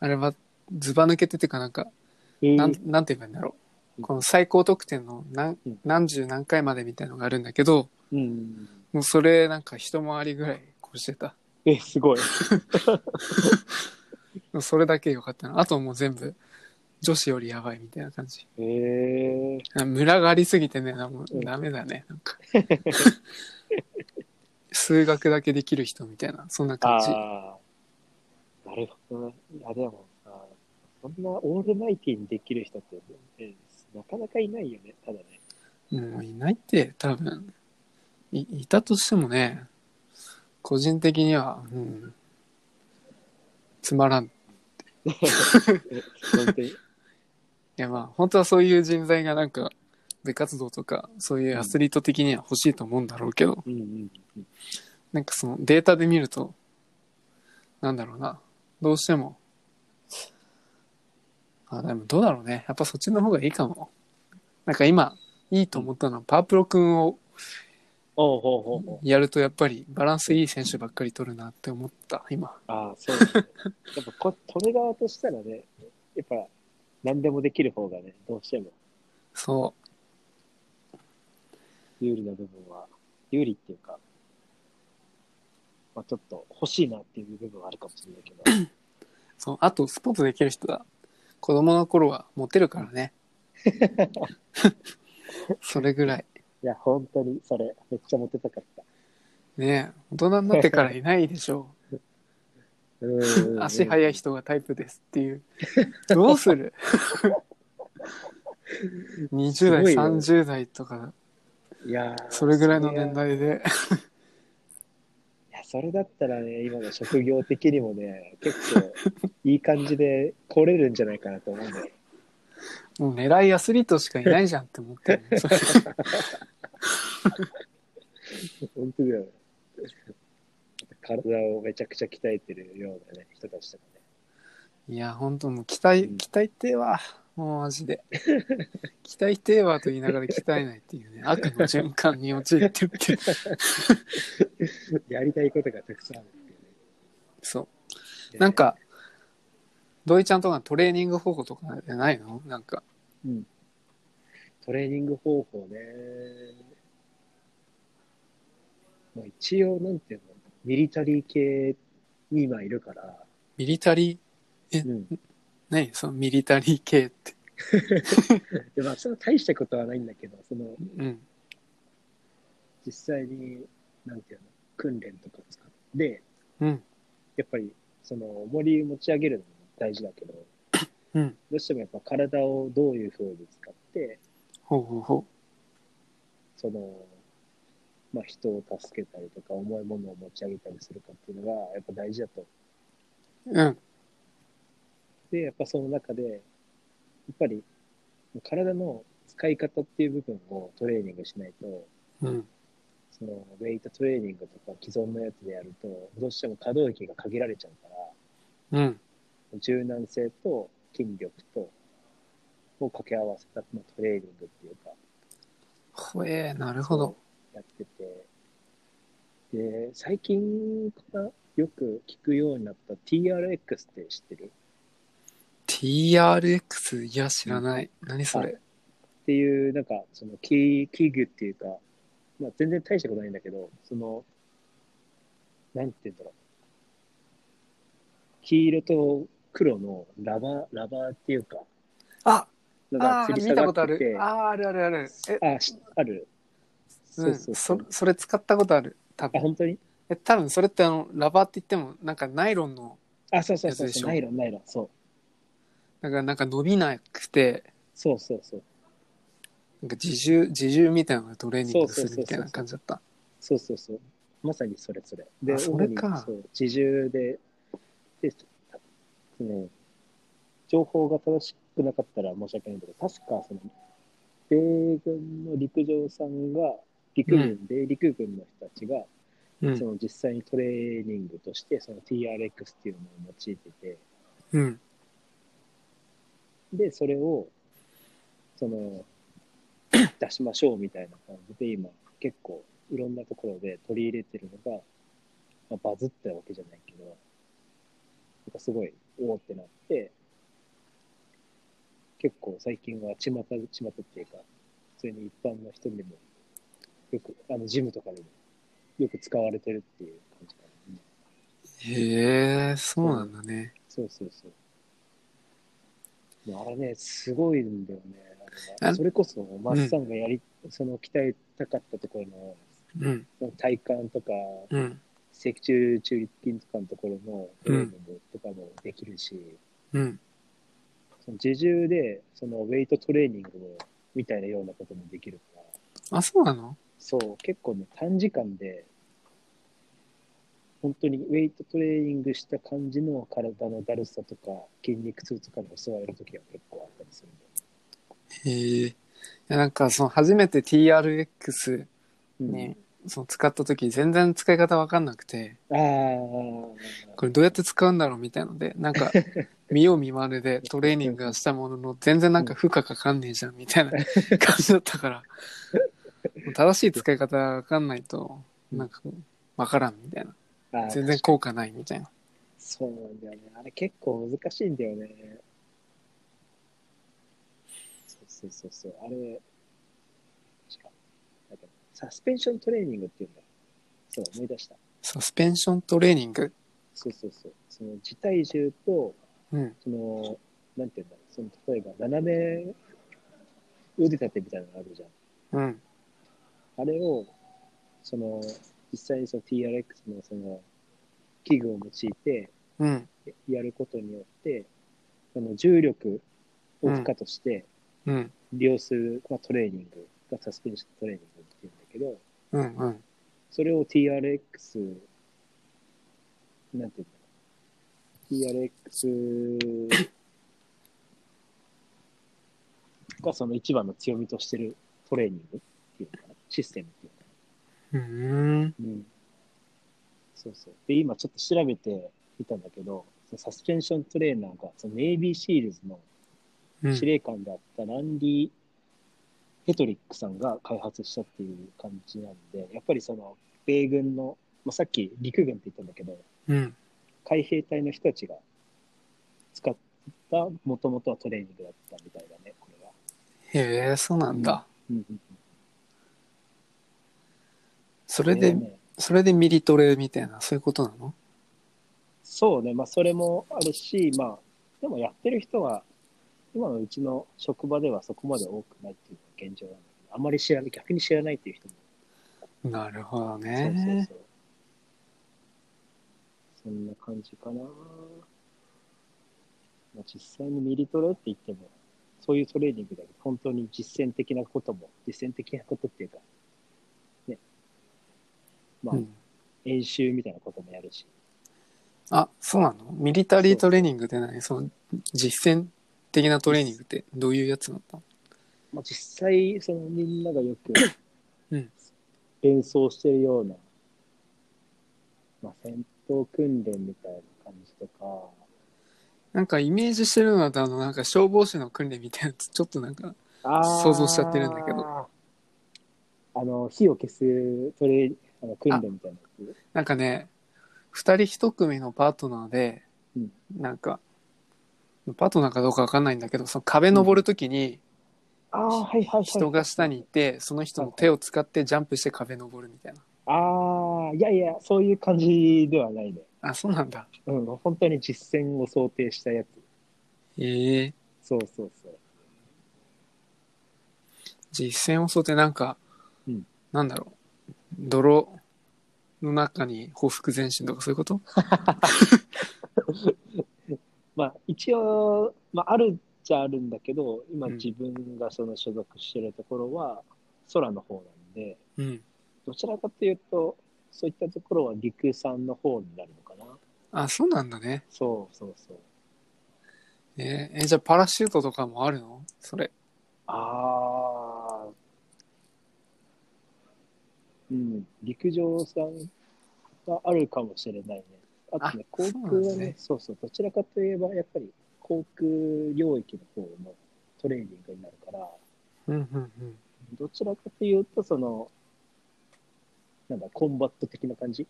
あれはずば抜けててかなんか、
へえ
なんなんて言えばいいんだろう。この最高得点の何
うん
何十何回までみたいのがあるんだけど、
うん。
もうそれなんか一回りぐらい越してた。
え、すごい。
それだけ良かったな。あともう全部、女子よりやばいみたいな感じ。
へえ。
(laughs) あムラがありすぎてね、なも
う
うんダメだね、なん
(laughs)
か。数学だけできる人みたいな、そんな感じ。
ああ。なるほどね。いや、でもさ、そんなオールマイティにできる人って、ねなかなかいないよね、ただね。
もういないって、多分。い、いたとしてもね、個人的には、うん、つまらん。い
え本当に。
やまあ、本当はそういう人材がなんか、部活動とか、そういうアスリート的には欲しいと思うんだろうけど、
うんうんうん。
なんかそのデータで見ると、なんだろうな。どうしても。あ、でもどうだろうね。やっぱそっちの方がいいかも。なんか今、いいと思ったのは、パープロ君を
おうほうほうほう。
やるとやっぱりバランスいい選手ばっかり取るなって思った、今。
ああ、そうだね。やっぱこ、取る側としたらね、やっぱ、何でもできる方がね、どうしても
そ
有利な部分は、有利っていうか、まあ、ちょっと欲しいなっていう部分はあるかもしれないけど。
(coughs) う。そう。あと、スポーツできる人だ。子供の頃はモテるからね。それぐらい。
いや、本当にそれ、めっちゃモテたかった。
ねえ大人になってからいないでしょう。
うん
(laughs) 足速い。人がタイプですっていう。 (laughs) どうす
(laughs)
る ?20 代、
すごいよ
30代とか、
いやー
それぐらいの年
い
代で。
や、それだったらね、今の職業的にもね、結構、いい感じで来れるんじゃないかなと思うんだよ。
もう狙いアスリートしかいないじゃんって思って
(laughs)
る。それ
本当だよね。体をめちゃくちゃ鍛えてるようなね、人たちとかね。
いや、本当もう期待、期待てえわ。もうマジで。期待てえわと言いながら鍛えないっていうね、悪の循環に陥ってるっていう。
やりたいことがたくさんあるっていう
そ
ね。
う。なん、か、土井ちゃんとかトレーニング方法とかじゃないのなんか、
トレーニング方法ね。まあ、一応、なんていうの、ミリタリー系に今いるから、
ミリタリー、
うん。
何そのミリタリー系って。
でまあ、そんな大したことはないんだけど、その、
うん。
実際に、なんていうの、訓練とか使って、
うん。
やっぱり、その、重り持ち上げるのも大事だけど、
うん。
どうしてもやっぱ体をどういう風に使って、
ほうほうほ
その、まあ、人を助けたりとか、重いものを持ち上げたりするかっていうのが、やっぱ大事だと
う。うん。
で、やっぱその中で、やっぱり体の使い方っていう部分をトレーニングしないと、
うん。
そのウェイトトレーニングとか既存のやつでやると、どうしても可動域が限られちゃうから、
うん。
柔軟性と筋力と、を掛け合わせたまあトレーニングっていうか、
ほえー、なるほど。
やってて、で、最近からよく聞くようになった TRX って知ってる
TRX、いや、知らない。何それ。
っていう、なんか、その器器具っていうか、まあ、全然大したことないんだけど、その、なんて言うんだろう。黄色と黒のラバー、ラバーっていうか、
あ、
なん
あ
か
ー、
吊り
見た
下が
こ
っ
とあ
てて
る。、あー、あるあるある。え、
あしある。
うん。
そうそうそ。
そうそれ使ったことある。多
あ、
分。
本当に
え、多分それってあの、ラバーって言っても、なんかナイロンの、
あ、そうそうそ
やつで
う
し
そ
ょ
う、ナイロン、ナイロン、そう。
なんか、なんか伸びなくて、
そうそうそう。
なんか自重、自重みたいなのでトレーニングす
そうそうそ
る
うそう
みたいな感じだった。
そうそうそう。まさにそれそれ。
あそれか
主にそう自重で、で、ね、情報が正しくなかったら申し訳ないんだけど、確かその、米軍の陸上さんが、陸軍、
うん
米陸軍の人たちが、
う
そ
ん。
の実際にトレーニングとして、その TRX っていうのを用いてて、
うん。
で、それを、その、 (coughs) 出しましょうみたいな感じで、今、結構、いろんなところで取り入れてるのが、まあ、バズったわけじゃないけど、なんかすごい、おおってなって、結構最近は巷、巷っていうか、普通に一般の人にも、よく、あの、ジムとかでも、よく使われてるっていう感じかな。
へえ、そうなんだね。
そうそうそう。あれね、すごいんだよね。あ
あ
のそれこそ、マッサンがやり、その鍛えたかったところ
うん、
の、体幹とか、
うん、
脊柱中立筋とかのところのトレーニングとかもできるし、
うん、
その自重で、そのウェイトトレーニングみたいなようなこともできるから、
あ、そうなの
そう、結構ね、短時間で、本当にウェイトトレーニングした感じの体のだるさとか、筋肉痛とかに襲われる時は結構あったりするんだよ
へえ。いや、なんか、その、初めて TRX
ね。
ねその使った時、全然使い方わかんなくて、
ああ、
これどうやって使うんだろうみたいので、なんか、見よう見まねでトレーニングはしたものの、全然なんか負荷かかんねえじゃん、みたいな感じだったから、もう正しい使い方わかんないと、なんかこう、わからんみたいな。
あー
全然効果ないみたいな。
そうなんだよね。あれ結構難しいんだよね。そうそうそうそう。あれ、確かなんかサスペンショントレーニングっていうんだよ。そう、思い出した。
サスペンショントレーニング。
そうそうそう。その自体重と、
うん、
その、なんていうんだろう。その、例えば、斜め腕立てみたいなのあるじゃん。
うん、
あれを、その、実際にその TRX のその、器具を用いて、
うん、
やることによって、その重力を負荷として
うん、
利用する、まあ、トレーニングがサスペンショントレーニングっていうんだけど、
うん、うん。
それを TRX、なんていうの ?TRX がその一番の強みとしてるトレーニングっていうのかなシステムっていうのか
うーん、
な、そうそう。で、今ちょっと調べてみたんだけど、そのサスペンショントレーナーが、そのネイビーシールズの
うん
司令官であったランディ・ヘトリックさんが開発したっていう感じなんで、やっぱりその米軍の、まあ、さっき陸軍って言ったんだけど、
うん、
海兵隊の人たちが使ったもともとはトレーニングだったみたいだね、これは。
へえ、そうなんだ。
うんうんうん
それで、
ね
それでミリトレみたいな、そういうことなの
そうね、まあそれもあるし、まあ、でもやってる人は、今のうちの職場ではそこまで多くないっていうのが現状なんだけど、あまり知らない、逆に知らないっていう人も
なるほど
そうそう
ね。
そう。そんな感じかな。まあ、実際にミリトレって言っても、そういうトレーニングだけど、本当に実践的なことも、実践的なことっていうか、ね。まあ、
うん
演習みたいなこともやるし。
あ、そうなのミリタリートレーニングって何その、実践的なトレーニングってどういうやつなんだ
まあ、実際、そのみんながよく
うん、
連想してるような、まあ、戦闘訓練みたいな感じとか、
なんかイメージしてるのだと、あの、なんか消防士の訓練みたいなやつ、ちょっとなんか、想像しちゃってるんだけど
あー。あの、火を消すトレあの訓練みたいなやつ。
なんかね、二人一組のパートナーで、
うん
なんか、パートナーかどうかわかんないんだけど、その壁登るときに
ああー、はいはいはい。
人が下にいて、その人の手を使ってジャンプして壁登るみたいな。
ああ、いやいや、そういう感じではないね。
あ、そうなんだ。
うん、本当に実践を想定したやつ。
ええ
そうそうそう。
実践を想定なんか、
うん
なんだろう。泥の中に報復前進とかそういうこと
まあ、一応、まあ、あるっちゃあるんだけど、今
うん
自分がその所属してるところは、空の方なんで、
うん。
どちらかというと、そういったところは陸さんの方になるのかな。
あ、そうなんだね。
そうそうそう。
えーえじゃあパラシュートとかもあるのそれ。
ああ。うん、陸上さんがあるかもしれないね。あとね、
あ
航空
そうなんで
は
す
ね
ね、
そうそう、どちらかといえば、やっぱり航空領域の方のトレーニングになるから、
うんうんうん。
どちらかというと、その、なんだ、コンバット的な感じ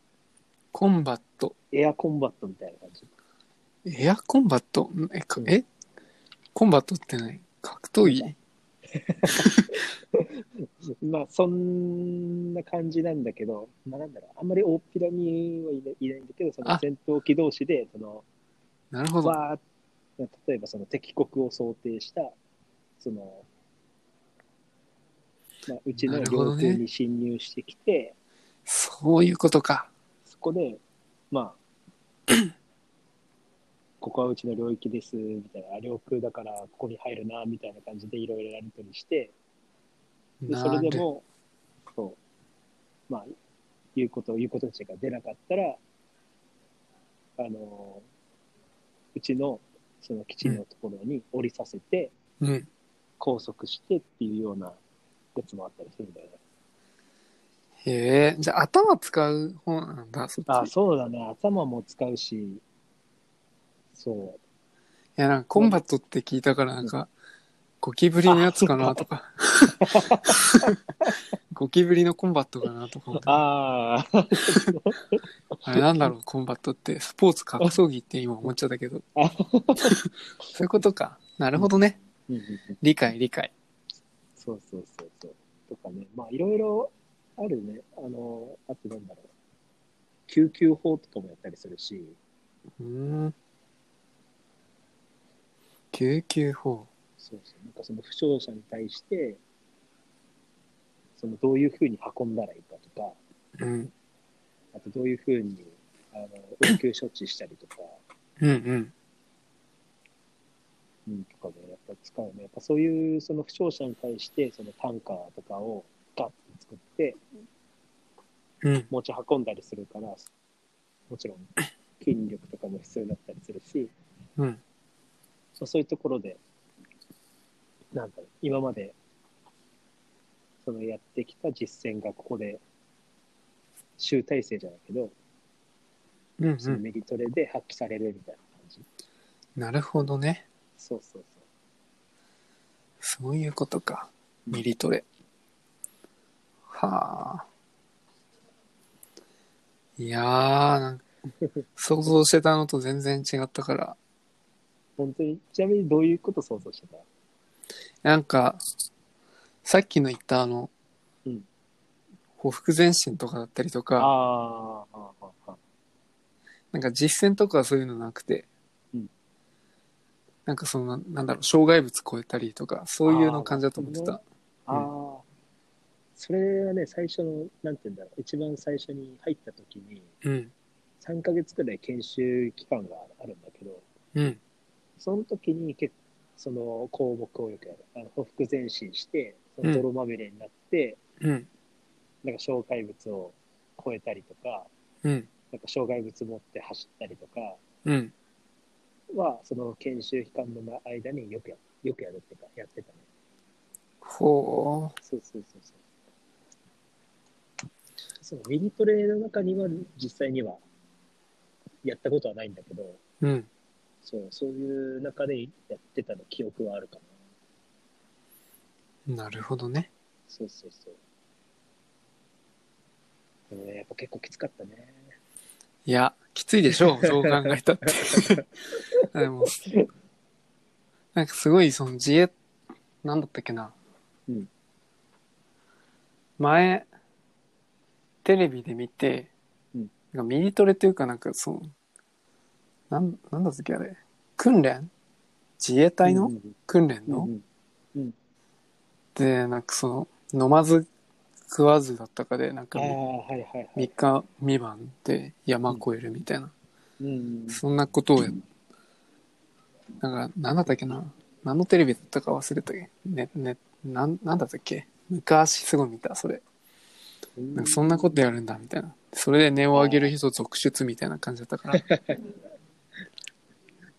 コンバット。
エアコンバットみたいな感じ
エアコンバットんえ、かえコンバットって何格闘技
まあ、そんな感じなんだけど、まあ、なんだろう、あんまり大っぴらにはいないいないんだけど、その
あ
戦闘機同士で、その、
なるほど。
わーっ例えばその敵国を想定した、その、まあ、うちの
なるほ
領
どね
空に侵入してきて、
そういうことか。
そこで、まあ、ここはうちの領域です、みたいな、領空だからここに入るな、みたいな感じでいろいろやりとりして、で
な
それで
る
も、そう、まあ、言うことを言うことにしてから出なかったら、あの、うちの、その基地のところに降りさせて、
うん。
拘束してっていうようなやつもあったりするんだよね。
へえ、じゃあ頭使う方なんだ、そっち。
あ、そうだね。頭も使うし、そう。
いや、なんかコンバットって聞いたから、なんか、ゴキブリのやつかなとか。ゴキブリのコンバットかなとか思って。あ
ああ。 (laughs)
れなんだろう、コンバットって。スポーツ格闘技って今思っちゃったけど。
あ
そういうことか。なるほどね。理解、理解。
そうそうそうそう。とかね、まあいろいろあるね。あの、あとなんだろう。救急法とかもやったりするし、
うーん。救急法。
そうそう。なんかその負傷者に対して、そのどういうふうに運んだらいいかとか、
うん。
あとどういうふうにあの応急処置したりとか、
うんうん。
うん、とかでやっぱ使うね。やっぱそういうその負傷者に対して、そのタンカーとかをガッと作って、
うん。
持ち運んだりするから、もちろん筋力とかも必要だったりするし、
うん。
まあそういうところで、なんだろう、今まで、そのやってきた実践がここで、集大成じゃないけど、
うんう
その
ん。
メリトレで発揮されるみたいな感じ。
なるほどね。
そうそうそう。
そういうことか。
うん
ミリトレ。はあ。いやー、なんか想像してたのと全然違ったから。
本当に、ちなみにどういうこと想像してた
なんか、さっきの言ったあの、
うん
ほふ前進とかだったりとか、
あーあー、あーあー、
なんか実践とかはそういうのなくて、
うん
なんかその、なんだろう、障害物超えたりとか、そういうの感じだと思ってた。
あーそれはね、最初の、なんて言うんだろう、一番最初に入った時に、
うん、
3ヶ月くらい研修期間があるんだけど、
うん、
その時に結構その項目をよくやる。あの、匍匐前進して、その泥まみれになって、
うん、
なんか障害物を越えたりとか、
うん、
なんか障害物持って走ったりとか
うん。
は、その研修期間の間によくや、よくやるっていうか、やってたね。
ほ
そうそうそうそう。そう、ミリトレの中には実際にはやったことはないんだけど、
う。うん。
そう、そういう中でやってたの記憶はあるかな。
なるほどね。
そうそうそう。でもね、やっぱ結構きつかったね。
いや、きついでし
(laughs)
ょう、そう考えたって。でも、なんかすごい、その自衛、なんだったっけな。
うん
前、テレビで見て、
うん
なんかミリトレというかなんかその、なん、なんだったっけあれ。訓練自衛隊
う
の
んうん
訓練
うん
の、
うん
で、なんかその、飲まず食わずだったかで、なん
あ
か
あ、はいはいはい。
3日未満で山越えるみたいな。
うんうん。
そんなことをや、なんか、なんだったっけな何のテレビだったか忘れたけどね、ね、なん、なんだったっけ昔すごい見た、それ。なんかそんなことやるんだ、みたいな。それで値を上げる人続出みたいな感じだった
(laughs)
から。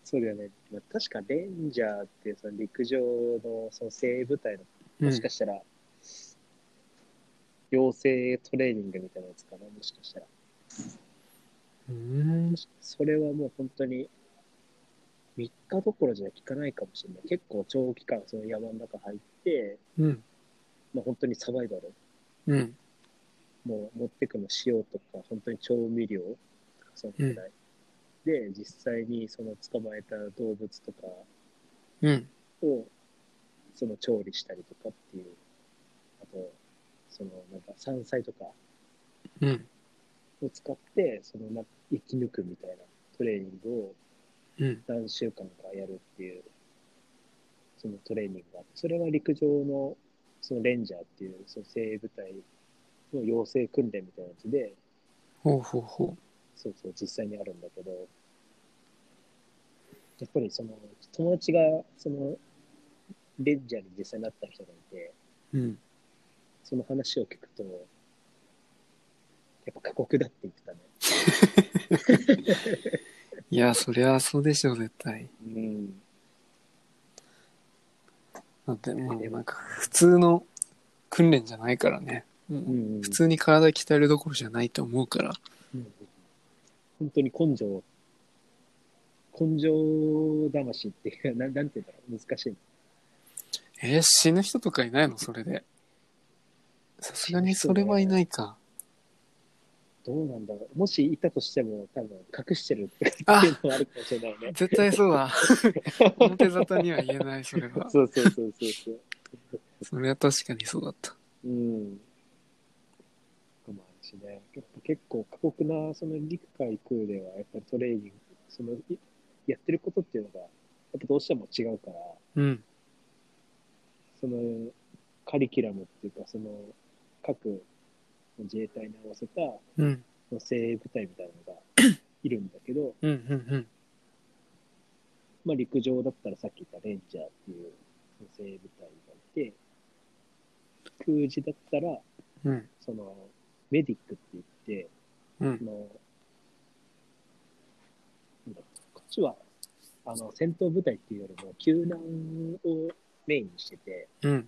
そうだよね。まあ確かレンジャーっていうその陸上のその精鋭部隊の、
う
も
ん
し。かしたら、養成トレーニングみたいなやつかな、もしかしたら。
うん
それはもう本当に、 3日どころじゃ効かないかもしれない。結構長期間その山の中入って、
うん。
まあ本当にサバイバル。
うん。
もう持ってくの塩とか、本当に調味料とか、そのくらい。で、実際にその捕まえた動物とか
うん。
を、その調理したりとかっていう。あと、そのなんか山菜とか
うん。
を使って、そのな生き抜くみたいなトレーニングを
うん。
何週間かやるっていう、そのトレーニングがあって、それは陸上の、そのレンジャーっていう、その精鋭部隊の養成訓練みたいなやつで、
ほうほうほ
そうそう、実際にあるんだけど、やっぱりその、友達が、その、レンジャーに実際になった人がいて、
う。うん。
その話を聞くと、やっぱ過酷だって言ってたね。
いや、そりゃそうでしょ、絶対。
うん。
だってもうなんか普通の訓練じゃないからね。
うん、
普通に体鍛えるどころじゃないと思うから。
うん本当に根性、根性魂っていう (laughs) か、なんなんて言うんだろう、難しいな。
えー死ぬ人とかいないのそれで。さすがにそれはいないか。
どうなんだろう。もしいたとしても、多分隠してるって
あ
いうのはあるかもしれないね。
絶対そう
(laughs)
だ。表沙汰には言えない、それは。
そうそうそうそうそう。
それは確かにそうだった。
うん。とかもあるしね。やっぱ結構過酷な、その陸海空では、やっぱりトレーニング、その、いやってることっていうのが、やっぱどうしても違うから、
うん。
そのカリキュラムっていうか、その各自衛隊に合わせた
うん。
その精鋭部隊みたいなのがいるんだけど、
うん。うん。
まあ、陸上だったらさっき言ったレンジャーっていうその精鋭部隊がいて、空自だったら、
うん。うん。
そのメディックって言って、
う
そ
ん。
のなんだろうこっちはあの戦闘部隊っていうよりも救難をメインにしてて、
うん。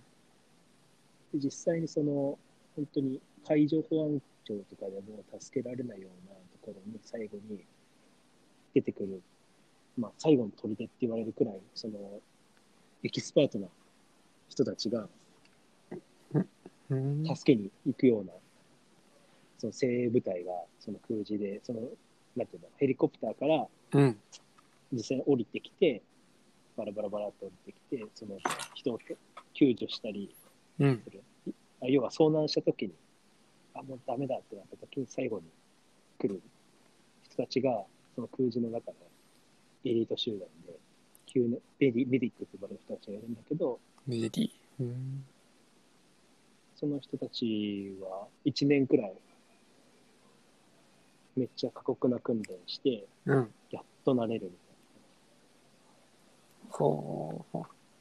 で実際にその本当に海上保安庁とかでも助けられないようなところに最後に出てくる、まあ、最後の砦って言われるくらいそのエキスパートな人たちが
うん。
助けに行くようなその精鋭部隊がその空自でそのなんていうのヘリコプターから
うん。
実際に降りてきてバラバラバラっと降りてきてその人を救助したり
うん。
あ要は遭難した時に、あ、もうダメだってなった時に最後に来る人たちが、その空自の中のエリート集団で、急にメディメディックって呼ばれる人たちがいるんだけど、
メディ。うん。
その人たちは1年くらい、めっちゃ過酷な訓練して、
うん。
やっと慣れるみたいな。
ほう。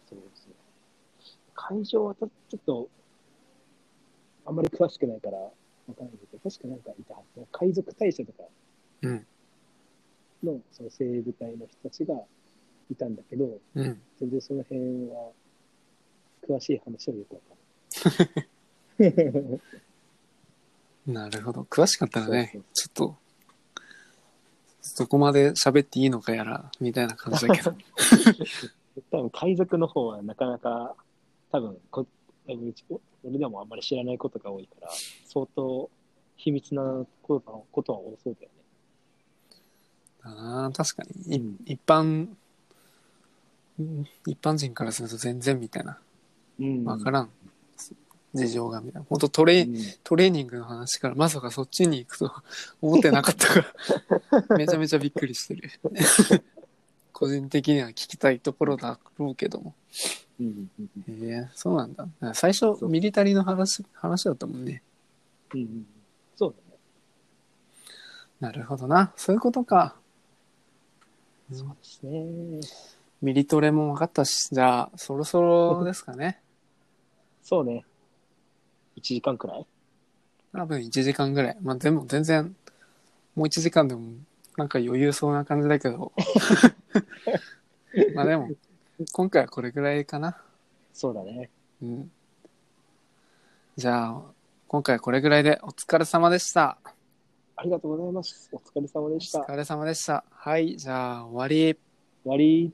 そうですね。会場はたちょっと、あんまり詳しくないから、わかんないけど、確かなんかいたはず。海賊大社とか
うん。
の、その精鋭部隊の人たちがいたんだけど、
うん。
全然その辺は、詳しい話はよくわかんない。
なるほど。詳しかったらね
そう、
ちょっと、そこまで喋っていいのかやら、みたいな感じだ
(laughs)
けど。
(laughs) 多分海賊の方はなかなか、多分こ、多分うち俺でもあんまり知らないことが多いから、相当秘密なことことは多そうだよね。
だな確かに、い
うん
一般うん一般人からすると全然みたいな
うん
分からん、事情がみたいな本当トレ,、
うん
トレーニングの話からまさかそっちに行くと (laughs) 思ってなかった
(laughs)
からめちゃめちゃびっくりしてる (laughs) 個人的には聞きたいところだろうけども
うんうん
ええそうなんだ最初
そう
ミリタリーの話話だったもんね
うんうん、そうだね。
なるほどなそういうことか、うん
そうですね。
ミリトレも分かったしじゃあそろそろですかね
そうね。1時間くらい
多分1時間ぐらい。まあでも全然、もう1時間でもなんか余裕そうな感じだけど。 (laughs) まあでも、今回はこれぐらいかな。
そうだね。
うん。じゃあ、今回はこれぐらいでお疲れ様でした。
ありがとうございます。お疲れ様でし
お
た。終
疲れ様でした。はい、じゃあ終わり。
わり。